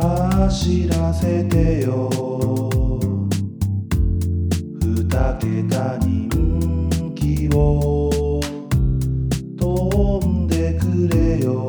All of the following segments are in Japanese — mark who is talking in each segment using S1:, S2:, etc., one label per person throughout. S1: 走らせてよ二桁人気を飛んでくれよ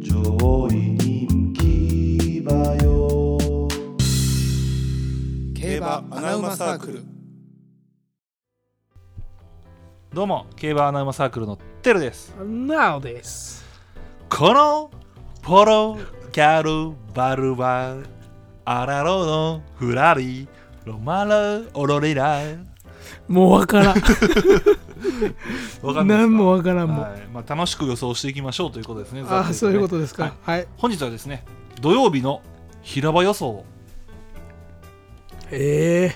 S1: 上位人気馬よ
S2: 競馬アナウマサークル
S3: どうも競馬アナウマサークルのテルです
S4: なおです。
S3: このポロギャルバルバアラロのフラリロマラオロリラ
S4: もうわ か
S3: わ
S4: らん。
S3: かんないですか
S4: 何もわからんもん。
S3: はいまあ、楽しく予想していきましょうということですねざっくり
S4: あ
S3: ね
S4: あ、そういうことですか。はい。
S3: 本日はですね土曜日の平場予想を
S4: え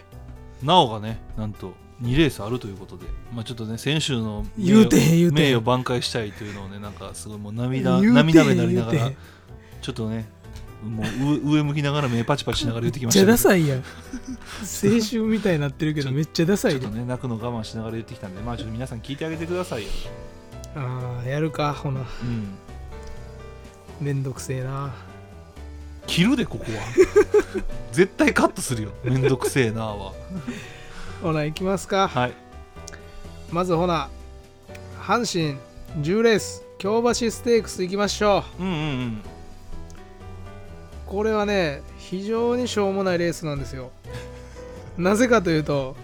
S4: え
S3: なおがねなんと2レースあるということで、まあ、ちょっとね先週の名誉
S4: 言うてへん言うてへん
S3: 名誉挽回したいというのをねなんかすごいもう涙
S4: 言うてへん
S3: 涙目になりなが
S4: 言う
S3: ら
S4: て
S3: ちょっとねもうう上向きながら目パチパチしながら言ってき
S4: めっ
S3: ま
S4: ち
S3: し
S4: ゃ
S3: た
S4: ダ
S3: けど
S4: サいやん。青春みたいになってるけど、めっちゃダサ
S3: ちょ
S4: い
S3: っ
S4: で
S3: と。ね泣くの我慢しながら言ってきたんでまあちょっと皆さん聞いてあげてくださいよ、
S4: ああ、やるか、ほな。
S3: うん、
S4: めんどくせえな。
S3: 切るでここは 絶対カットするよめんどくせえなあは
S4: ほな、行きますか。
S3: はい
S4: まずほな、阪神10レース、京橋ステークス行きましょう。
S3: うんうんうん
S4: これはね非常にしょうもないレースなんです よなぜかというと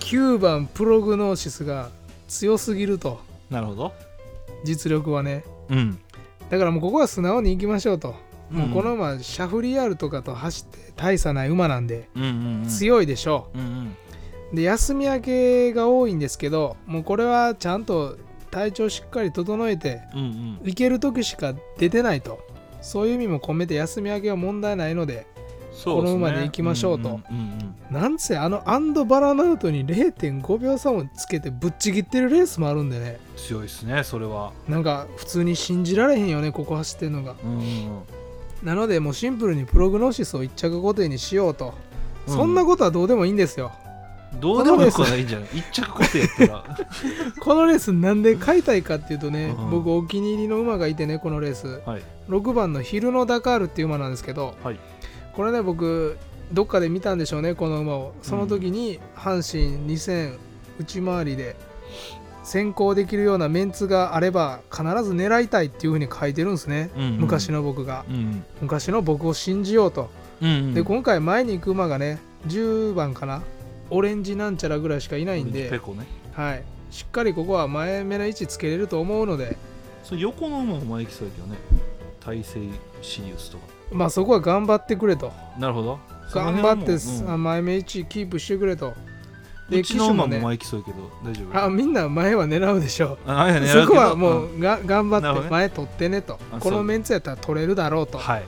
S4: 9番プログノーシスが強すぎると
S3: なるほど
S4: 実力はね
S3: うん
S4: だからもうここは素直に行きましょうと、もうこ
S3: ん
S4: の馬シャフリヤールとかと走って大差ない馬なんで
S3: うんうんうん
S4: 強いでしょ
S3: うんうん
S4: う、で休み明けが多いんですけどもうこれはちゃんと体調しっかり整えて
S3: うんうん
S4: 行ける時しか出てないとそういう意味も込めて休み明けは問題ないので
S3: そうすね
S4: この馬で行きましょうと
S3: うんうんうんうん
S4: なんせあのアンドバラナウトに0.5秒差もつけてぶっちぎってるレースもあるんでね
S3: 強いですねそれは
S4: なんか普通に信じられへんよねここ走ってんのが
S3: うんうん
S4: なのでもうシンプルにプログノーシスを1着固定にしようと、
S3: うん
S4: そんなことはどうでもいいんですよ
S3: うんどうでもよくはないんじゃない一着固定やったら
S4: このレースなんで買いたいかっていうとね、
S3: うん
S4: 僕お気に入りの馬がいてねこのレース
S3: はい
S4: 6番の昼のダカールっていう馬なんですけど
S3: はい
S4: これね僕どっかで見たんでしょうねこの馬をその時に阪神2000内回りで先行できるようなメンツがあれば必ず狙いたいっていうふうに書いてるんですね、
S3: うんうん
S4: 昔の僕が
S3: うん
S4: 昔の僕を信じようと、
S3: うんうん
S4: で今回前に行く馬がね10番かなオレンジなんちゃらぐらいしかいないん
S3: ペ
S4: で、
S3: コね
S4: はい、しっかりここは前目の位置つけれると思うので
S3: それ横の馬も前行きそうやけどね大勢シリウスとか
S4: まあそこは頑張ってくれと
S3: なるほど
S4: 頑張って
S3: そ
S4: す、
S3: の辺
S4: あ
S3: はも
S4: 前目位置キープしてくれと
S3: ううんうちの馬
S4: 騎手
S3: も前行きそうやけど大丈夫
S4: あみんな前は狙うでしょ
S3: ああいや
S4: う
S3: ね
S4: そこは
S3: やる
S4: も
S3: け
S4: うが、頑
S3: なるほど
S4: 張っ
S3: ね
S4: て前取ってねと
S3: あそ
S4: こ
S3: う
S4: のメンツやったら取れるだろう
S3: ど
S4: と
S3: は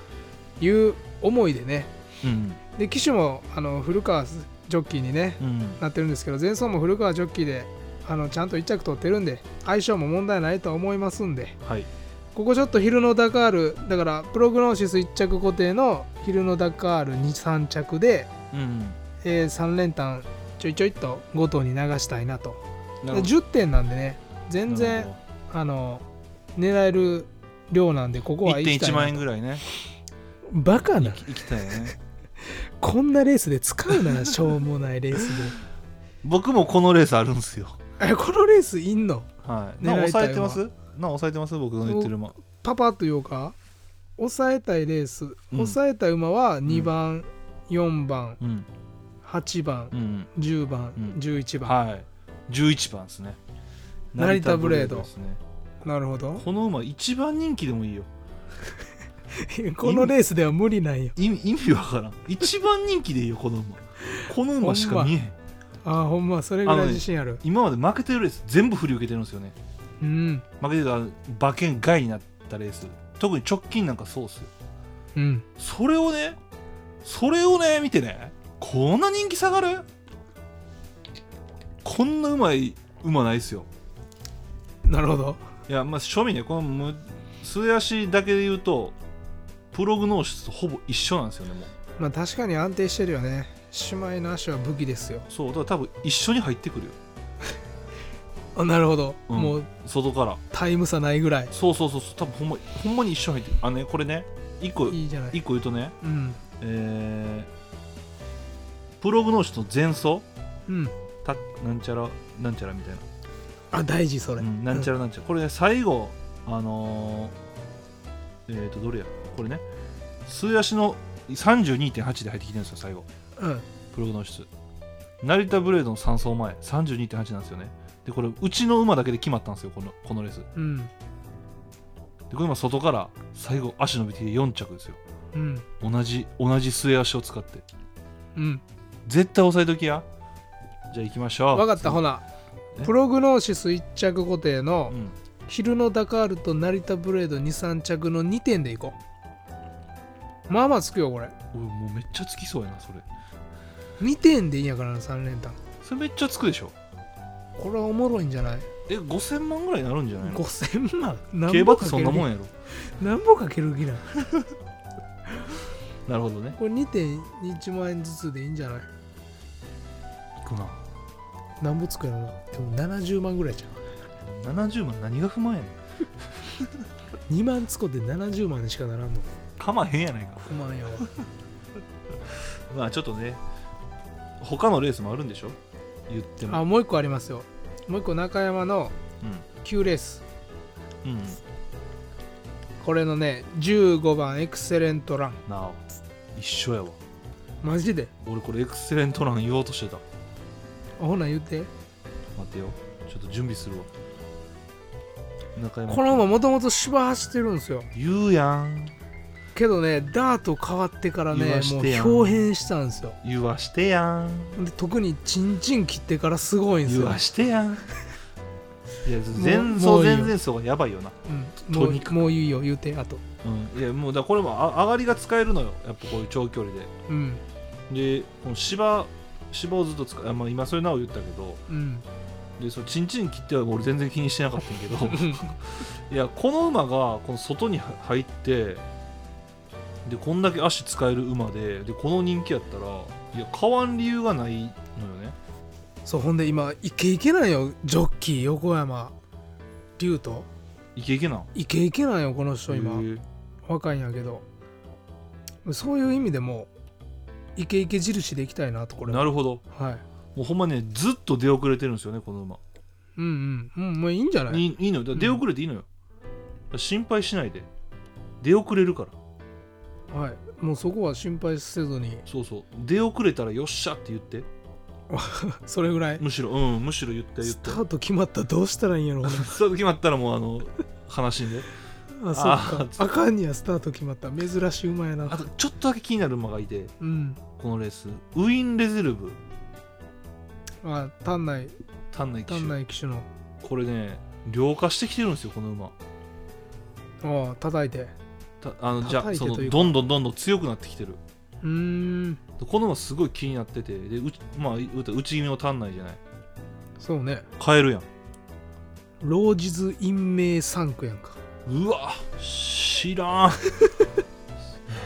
S3: い
S4: いう思いでね
S3: うん
S4: で騎手もあの古川ジョッキーに、ね、
S3: うん
S4: なってるんですけど前走も古川ジョッキーであのちゃんと1着取ってるんで相性も問題ないとは思いますんで
S3: はい
S4: ここちょっと昼のダカールだからプログノーシス1着固定の昼のダカール23着で、
S3: うん
S4: え3連単ちょいちょいっと5頭に流したいなと
S3: な
S4: で
S3: るほど
S4: 10点なんでね全
S3: なる
S4: 然
S3: ほど
S4: あの狙える量なんでここは行きたい
S3: 1.1
S4: な
S3: 万円ぐらいね
S4: バカ
S3: 行
S4: な
S3: き行きたいよ ね
S4: こんなレースで使うなしょうもないレース
S3: 僕もこのレースあるんですよ
S4: でえこのレースいんの
S3: はいな
S4: 狙いた
S3: 抑
S4: い馬
S3: えてますな抑えてます僕の言ってる馬
S4: パパッと言おうか抑えたいレース抑えた馬は2番、4番
S3: うん
S4: 8番
S3: う、ん
S4: 10番、
S3: うん
S4: 11番、
S3: はい11番ですね
S4: 成田ブレード
S3: ですね
S4: なる ほど
S3: この馬一番人気でもいいよ
S4: このレースでは無理なんよ
S3: 意味意味わからん一番人気でいいよこの馬この馬しか見えへん
S4: あーほんまそれぐらい自信ある
S3: 今まで負けてるレース全部振り受けてるんですよね
S4: うん
S3: 負けてた馬券外になったレース特に直近なんかそうっすよ
S4: うん
S3: それをねそれをね見てねこんな人気下がるこんなうまい馬ないっすよ
S4: なるほど
S3: いやまあ庶民ねこのむ末足だけで言うとプログノーシスとほぼ一緒なんですよねもう
S4: まあ確かに安定してるよね姉妹の足は武器ですよ
S3: そうだから多分一緒に入ってくるよ
S4: あなるほど、
S3: うん
S4: もう
S3: 外から
S4: タイム差ないぐらい
S3: そうそうそうそう多分ほんまほんまに一緒に入ってくるあのねこれね一個
S4: いいじゃない
S3: 一個言うとね、
S4: うん
S3: えー、プログノーシスの前奏
S4: うん
S3: たなんちゃらなんちゃらみたいな
S4: あ大事それ、
S3: うんなんちゃらなんちゃらこれね最後あのー、えっ、ー、とどれやこれね数足の32.8で入ってきてるんですよ最後
S4: うん
S3: プログノーシス成田ブレードの3走前32.8なんですよねでこれうちの馬だけで決まったんですよこのこのレースで
S4: うん
S3: これ今外から最後足伸びてきて4着ですよ
S4: うん
S3: 同じ同じ末足を使って
S4: うん
S3: 絶対押さえときやじゃあ行きましょう
S4: 分かったほな
S3: え
S4: プログノーシス1着固定の、
S3: うん
S4: 昼のダカールと成田ブレード23着の2点でいこうまあまあつくよこれ
S3: おいもうめっちゃつきそうやなそれ
S4: 2点でいいんやからな3連単
S3: それめっちゃつくでしょ
S4: これはおもろいんじゃない
S3: え5000万ぐらいになるんじゃないの
S4: 5000万
S3: 競馬ってそんなも
S4: や
S3: んやろ
S4: 何ぼかける気なん
S3: なるほどね
S4: これ2点1万円ずつでいいんじゃな
S3: い
S4: い
S3: くな
S4: 何ぼつくやろなでも70万ぐらいじゃん
S3: 70万何が不満やねん
S4: 2万つこって70万にしかなら んの
S3: かまへんやないか
S4: 不満やわ
S3: まあちょっとね他のレースもあるんでしょ言っても
S4: あもう一個ありますよもう一個中山の9レース
S3: うんうん
S4: これのね15番エクセレントラン
S3: なあ一緒やわ
S4: マジで
S3: 俺これエクセレントラン言おうとしてた
S4: あほな言って
S3: 待ってよちょっと準備するわ中山
S4: この馬もともと芝走ってるんですよ
S3: 言うやん
S4: けどねダート変わってから
S3: 言
S4: ね
S3: わし
S4: も
S3: てやん
S4: う表変したんですよ
S3: 言わしてやん
S4: で特にチンチン切ってからすごいんです
S3: 言
S4: よ
S3: わ、してや んいや前
S4: も
S3: 走
S4: ういい
S3: 前
S4: よ
S3: 々走がやばいよな
S4: うん、も
S3: と
S4: う
S3: にかく
S4: もういいよ言うてあと
S3: うんいやもうだからこれもあ上がりが使えるのよやっぱこういう長距離で
S4: うん
S3: でこの芝芝をずっと使う、あまあ、今それなお言ったけど
S4: うん
S3: でそのチンチン切っては俺全然気にしてなかったんやけどいやこの馬がこの外には入ってでこんだけ足使える馬ででこの人気やったらいや買わん理由がないのよね
S4: そうほんで今イケイケなんよジョッキー横山竜斗
S3: いけいけな
S4: イケイケなんよこの人今、
S3: へえ
S4: 若いんやけどそういう意味でもイケイケ印でいきたいなとこれ
S3: な
S4: は
S3: るほど
S4: はい
S3: もうほんまねずっと出遅れてるんですよねこの馬、
S4: うんうんうんもういいんじゃない
S3: いい、いいのよだから出遅れていいのよ、だから心配しないで出遅れるから
S4: はいもうそこは心配せずに
S3: そうそう出遅れたらよっしゃって言って
S4: それぐらい
S3: むしろうんむしろ言って言っ
S4: ス
S3: て
S4: タート決まったらどうしたらいいん やろうな
S3: スタート決まったらもうあの話しんで
S4: あそ
S3: あー
S4: っかあかんにはスタート決まった珍しい馬や
S3: あ
S4: な
S3: とちょっとだけ気になる馬がいて
S4: うん
S3: このレースウィン・レゼルブ
S4: あ単内
S3: 丹内騎
S4: 単
S3: 手
S4: 内騎手の
S3: これね良化してきてるんですよこの馬
S4: ああ叩いて
S3: たあのじゃあ
S4: 叩いて
S3: その
S4: というか
S3: どんどんどんどん強くなってきてる
S4: うーん
S3: でこの馬すごい気になっててでうちまあ言うたら内気味の丹内じゃない
S4: そうね
S3: 変えるやん
S4: 老実陰明3区やんか
S3: うわ知 らん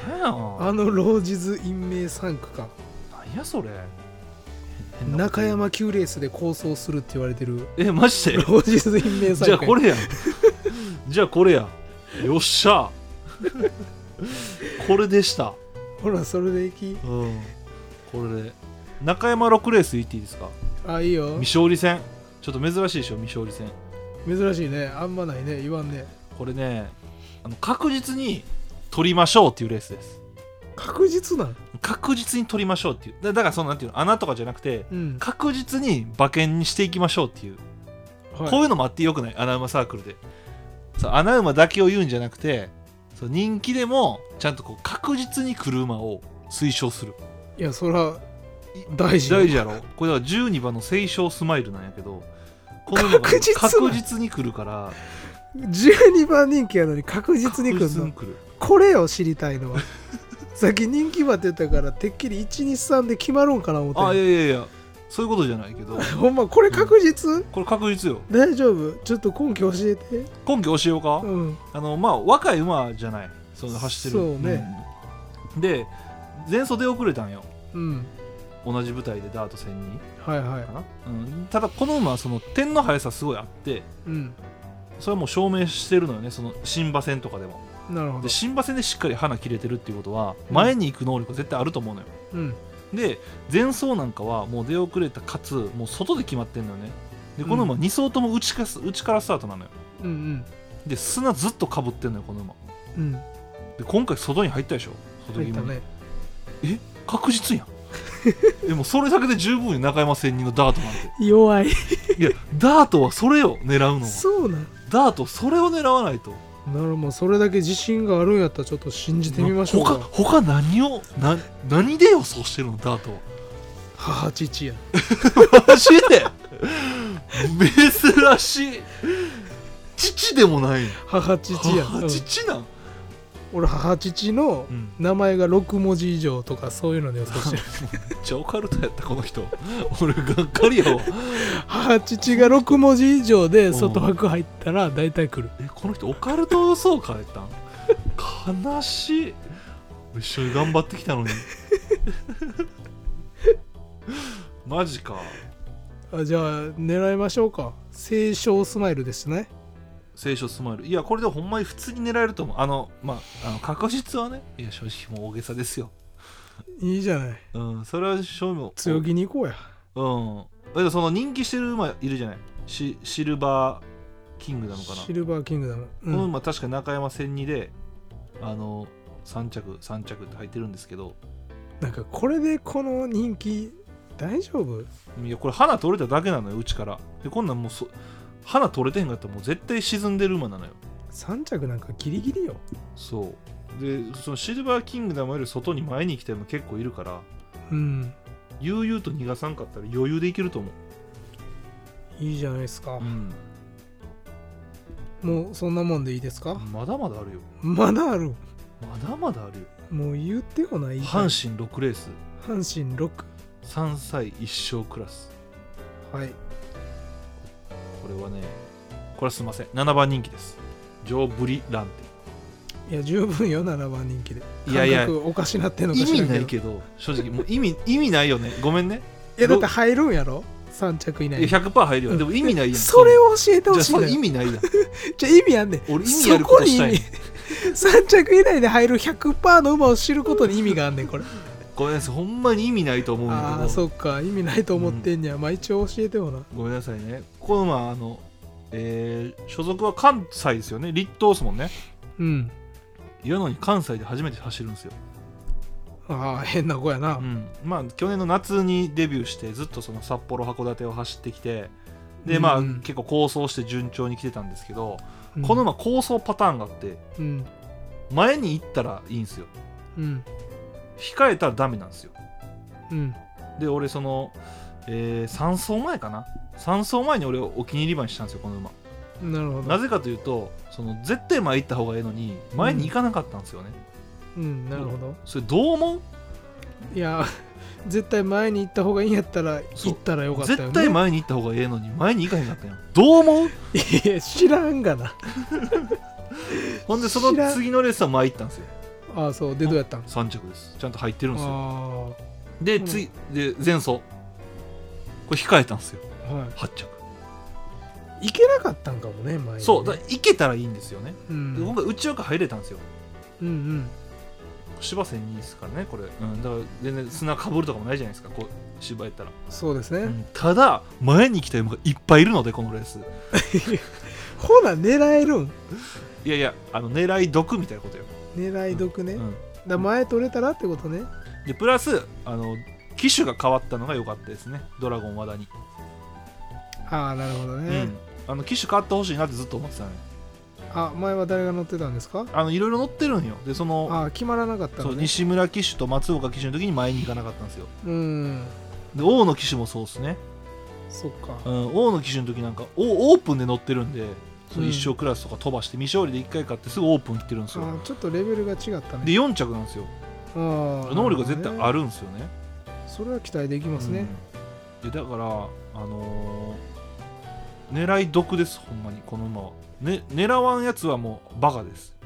S3: 何や
S4: あの老実陰明3区か
S3: 何やそれ変なこと
S4: 中
S3: 言う
S4: 山9レースで構想するって言われてる
S3: えマジで
S4: 老実陰明3区
S3: じゃあこ
S4: れ
S3: れやんじゃあこれやよっし ゃこれでした、
S4: ほらそれでいき
S3: うん、これで中山6レースいっていいですか
S4: あいいよ
S3: 未勝利戦ちょっと珍しいでしょ未勝利戦
S4: 珍しいねあんまないね言わんね
S3: これねあの確実に取りましょうっていうレースです
S4: 確実なん
S3: 確実に取りましょうっていうだだからそのなんていうの穴とかじゃなくて
S4: うん、
S3: 確実に馬券にしていきましょうっていう、
S4: はい
S3: こういうのもあってよくない穴馬サークルでそう穴馬だけを言うんじゃなくてそう人気でもちゃんとこう確実に来る馬を推奨する
S4: いやそら大事よ
S3: 大事やろこれだから12番の「清少スマイル」なんやけどこの馬が
S4: 確実な
S3: 確実に来るから
S4: 12番人気やのに確実に来
S3: 確
S4: るの
S3: 来る
S4: これを知りた いのはさっき人気馬って言ったからてっきり123で決まるんかな思
S3: あ
S4: っ
S3: い
S4: て
S3: やいやいやそういうことじゃないけど
S4: ほんまこれ確実、
S3: これ確実よ
S4: 大丈夫ちょっと根拠教えて
S3: 根拠教えようか、
S4: うん
S3: あのまあ若い馬じゃないその走ってる
S4: そうね、
S3: うんで前走出遅れたんよ
S4: うん
S3: 同じ舞台でダート戦に
S4: はいはい
S3: かな、うん、ただこの馬はその点の速さすごいあって
S4: うん
S3: それはもう証明してるのよねその新馬戦とかでも
S4: なるほど
S3: で、新馬戦でしっかり花切れてるっていうことは前に行く能力絶対あると思うのよ
S4: うん、
S3: で前走なんかはもう出遅れたかつもう外で決まってんのよねでこの馬
S4: う
S3: 2走とも内かす内からスタートなのよ
S4: うんうん
S3: で砂ずっとかぶってんのよこの馬
S4: うん
S3: で今回外に入ったでしょ外
S4: 入
S3: に
S4: ったね
S3: え確実やんでもそれだけで十分よ中山千人のダートなん
S4: 弱い
S3: ていやダートはそれを狙うのは
S4: そうなん
S3: ダートそれを狙わないと
S4: なるもうそれだけ自信があるんやったらちょっと信じてみましょう
S3: 他
S4: か
S3: 他何をな何で予想してるのダートは
S4: 母父や
S3: マジで珍しい父でもない
S4: 母父や
S3: 母父なん、
S4: うん俺母父の
S3: うん、
S4: 名前が6文字以上とかそういうので予想 してる
S3: めっちゃオカルトやったこの人 俺がっかりやわ
S4: 母父が6文字以上で外枠入ったら大体来る
S3: えこの人オカルト予想会やったん悲しい一緒に頑張ってきたの にマジか
S4: あじゃあ狙いましょうか清少スマイルですね
S3: 聖書スマイルいやこれでほんまに普通に狙えると思うあのまああの確実はねいや正直もう大げさですよ
S4: いいじゃない
S3: うんそれは正味も
S4: 強気に行こうや
S3: うんだけどその人気してる馬いるじゃないシシルバーキングダムかな
S4: シルバーキングダム、う
S3: この
S4: ん
S3: 馬確か中山戦2であの3着3着って入ってるんですけど
S4: なんかこれでこの人気大丈夫
S3: いやこれ花取れただけなのようちからでこんなんもうそ花取れてへんかったらもう絶対沈んでる馬なのよ
S4: 3着なんかギリギリよ
S3: そうでそのシルバーキングダムより外に前に行きたい馬結構いるから
S4: うん
S3: 悠々と逃がさんかったら余裕でいけると思う、
S4: いいじゃないですか、
S3: ん、
S4: もうそんなもんでいいですか、
S3: まだまだあるよ
S4: まだある
S3: まだまだあるよ
S4: もう言ってよない
S3: 阪神6レース
S4: 神阪神6
S3: 3歳1勝クラス
S4: はい
S3: これはねこれはすいません7番人気ですジョー・ブリラン
S4: いや十分よ7番人気で
S3: テいやいや
S4: 感覚おかしなってんのか
S3: 意
S4: しら
S3: 味ないけど正直もう意味意味ないよねごめんね
S4: いやだって入るんやろ3着以
S3: いや
S4: 内に
S3: 100%入るよ、
S4: うん
S3: でも意味ないやん
S4: それを教えて
S3: じゃ
S4: ほ
S3: あ
S4: しい
S3: そ
S4: んだ
S3: れ
S4: よ
S3: 意味ないやん
S4: じゃあ意味あんねん
S3: 俺意味あることしたいねん
S4: そ こに意味3着以内で入る100%の馬を知ることに意味があんね んこれ
S3: ごめんなさいほんまに意味ないと思うん
S4: あ
S3: だ
S4: あ
S3: けど
S4: そっか意味ないと思ってんにゃ、まあ一応教えてもな
S3: ごめんなさいねこのまああのえー所属は関西ですよね立東ですもんね
S4: うん
S3: やのに関西で初めて走るんですよ、
S4: ああ変な子やな
S3: うんまあ去年の夏にデビューしてずっとその札幌函館を走ってきてでまあ、
S4: うん
S3: 結構構想して順調に来てたんですけど、この馬構想パターンがあって
S4: うん
S3: 前に行ったらいいんですよ
S4: うん
S3: 控えたらダメなんですよ
S4: うん
S3: で俺その、えー、3走前かな3走前に俺お気に入り馬にしたんですよこの馬
S4: うんなるほど
S3: なぜかというとその絶対前行った方がええのに前に行かなかったんですよね、
S4: うんなるほど
S3: それどう思う
S4: いや絶対前に行った方がいいんやったら
S3: そう
S4: 行ったらよかったよ、ね、
S3: 絶対前に行った方がええのに前に行かへんかったやんどう思う
S4: いや知らんがな
S3: ほんでその
S4: 知らん
S3: 次のレースは前行ったんですよ
S4: ああそうでどうやったん
S3: 3着ですちゃんと入ってるんですよ
S4: あ
S3: で
S4: うん
S3: 次で前走これ控えたんですよ
S4: あは
S3: 8着
S4: い行けなかったんかもね前にね
S3: そうだから行けたらいいんですよね、
S4: うん
S3: で今回内枠入れたんですよ
S4: うんうん
S3: 芝生にですからねこれ、うん、だから全然砂かぶるとかもないじゃないですかこう芝やったら、
S4: そうですね、
S3: うんただ前に来た馬がいっぱいいるのでこのレース
S4: ほな狙えるん
S3: いやいやあの狙い毒みたいなことよ、
S4: 狙い得ね、
S3: うん、
S4: だ前取れたらってことね
S3: でプラスあの機種が変わったのが良かったですねドラゴン和田に、
S4: ああなるほどね、
S3: うん、あの機種変わってほしいなってずっと思ってたのよ
S4: あ前は誰が乗ってたんですか
S3: あのいろいろ乗ってるんよでその
S4: ああ決まらなかった
S3: そ
S4: の
S3: う
S4: ね
S3: 西村機種と松岡機種の時に前に行かなかったんですよ
S4: うん
S3: で大野機種もそうですね、
S4: そっか
S3: うん、大野機種の時なんかおオープンで乗ってるんでその
S4: うん
S3: 一生クラスとか飛ばして未勝利で1回勝ってすぐオープン行ってるんですよ、
S4: あちょっとレベルが違った
S3: で
S4: ね
S3: 4着なんですよ
S4: あー
S3: 能力が絶対
S4: なるほどね
S3: あるんですよね
S4: それは期待できますね、
S3: うんでだからあのー狙い毒ですほんまにこの馬は、ね、狙わんやつはもうバカです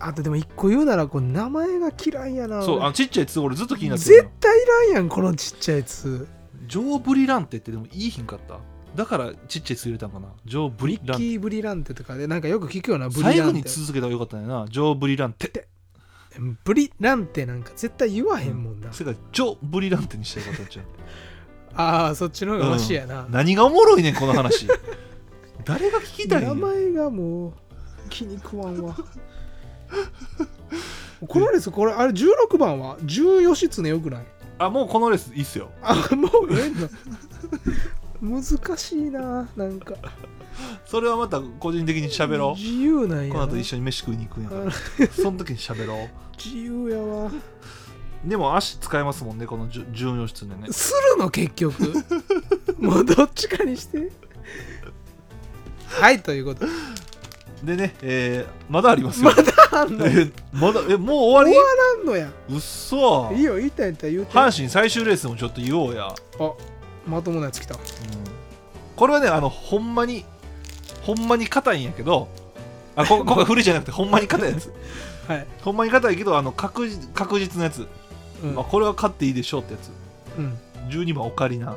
S4: あとでも一個言うならこう名前が嫌いやな
S3: そう
S4: 俺
S3: あのちっちゃいやつ俺ずっと気になってたの
S4: 絶対いらんやんこのちっちゃいやつ
S3: ジョー・ブリランテってでもいいひんかっただからちっちゃいつ入れたんかなジョー・ブ
S4: ブリ
S3: リラ
S4: ッ
S3: ンテ
S4: キー・ブリランテとかでなんかよく聞くようなブリ
S3: 最
S4: ラ
S3: 後
S4: ン
S3: に
S4: テ
S3: 続けたらよかったんやなジョー・ブリランテ
S4: ブリランテなんか絶対言わへんもんな、
S3: それからジョー・ブリランテにしたらよかったんちゃう
S4: ああそっちの方がマシやな、
S3: 何がおもろいねんこの話誰が聞きたいね
S4: 名
S3: ん
S4: 前がもう気に食わんわ このレースこれあれ16番は14室ねよくない
S3: あもうこのレースいいっすよ
S4: あもうええの難しいななんか
S3: それはまた個人的に喋ろ
S4: 自由なん
S3: う
S4: や
S3: こ
S4: な
S3: の後一緒に飯食いに行くんやからその時に喋ろ
S4: 自由やわ
S3: うでも足使いますもんねこのじゅ14室でね
S4: するの結 局もうどっちかにしてはいということ
S3: でね、えー、まだありますよ
S4: まだあんの
S3: えーまだえもう終
S4: 終わ
S3: わ
S4: らんのや
S3: りうっそ
S4: いいよ言いたいんやったら言うて
S3: 阪神最終レースもちょっと言おうや、
S4: あまともなやつ来た
S3: これはねあのほんまにほんまに硬いんやけどあこ今回古いじゃなくてほんまに硬いやつ
S4: はい、
S3: ほんまに硬いけどあの確実確実なやつ、
S4: うん
S3: まあ、これは勝っていいでしょうってやつ
S4: うん
S3: 12番オカリナ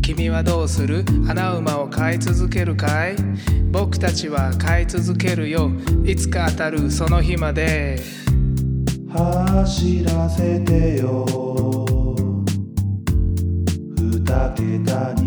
S4: 君はどうする穴馬を飼い続けるかい僕たちは飼い続けるよいつか当たるその日まで
S1: 走らせてよ二桁に